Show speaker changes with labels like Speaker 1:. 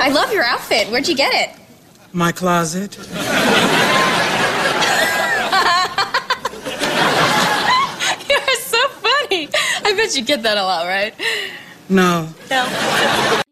Speaker 1: I love your outfit. Where'd you get it?
Speaker 2: My closet.
Speaker 1: You're so funny. I bet you get that a lot, right?
Speaker 2: No.
Speaker 1: No.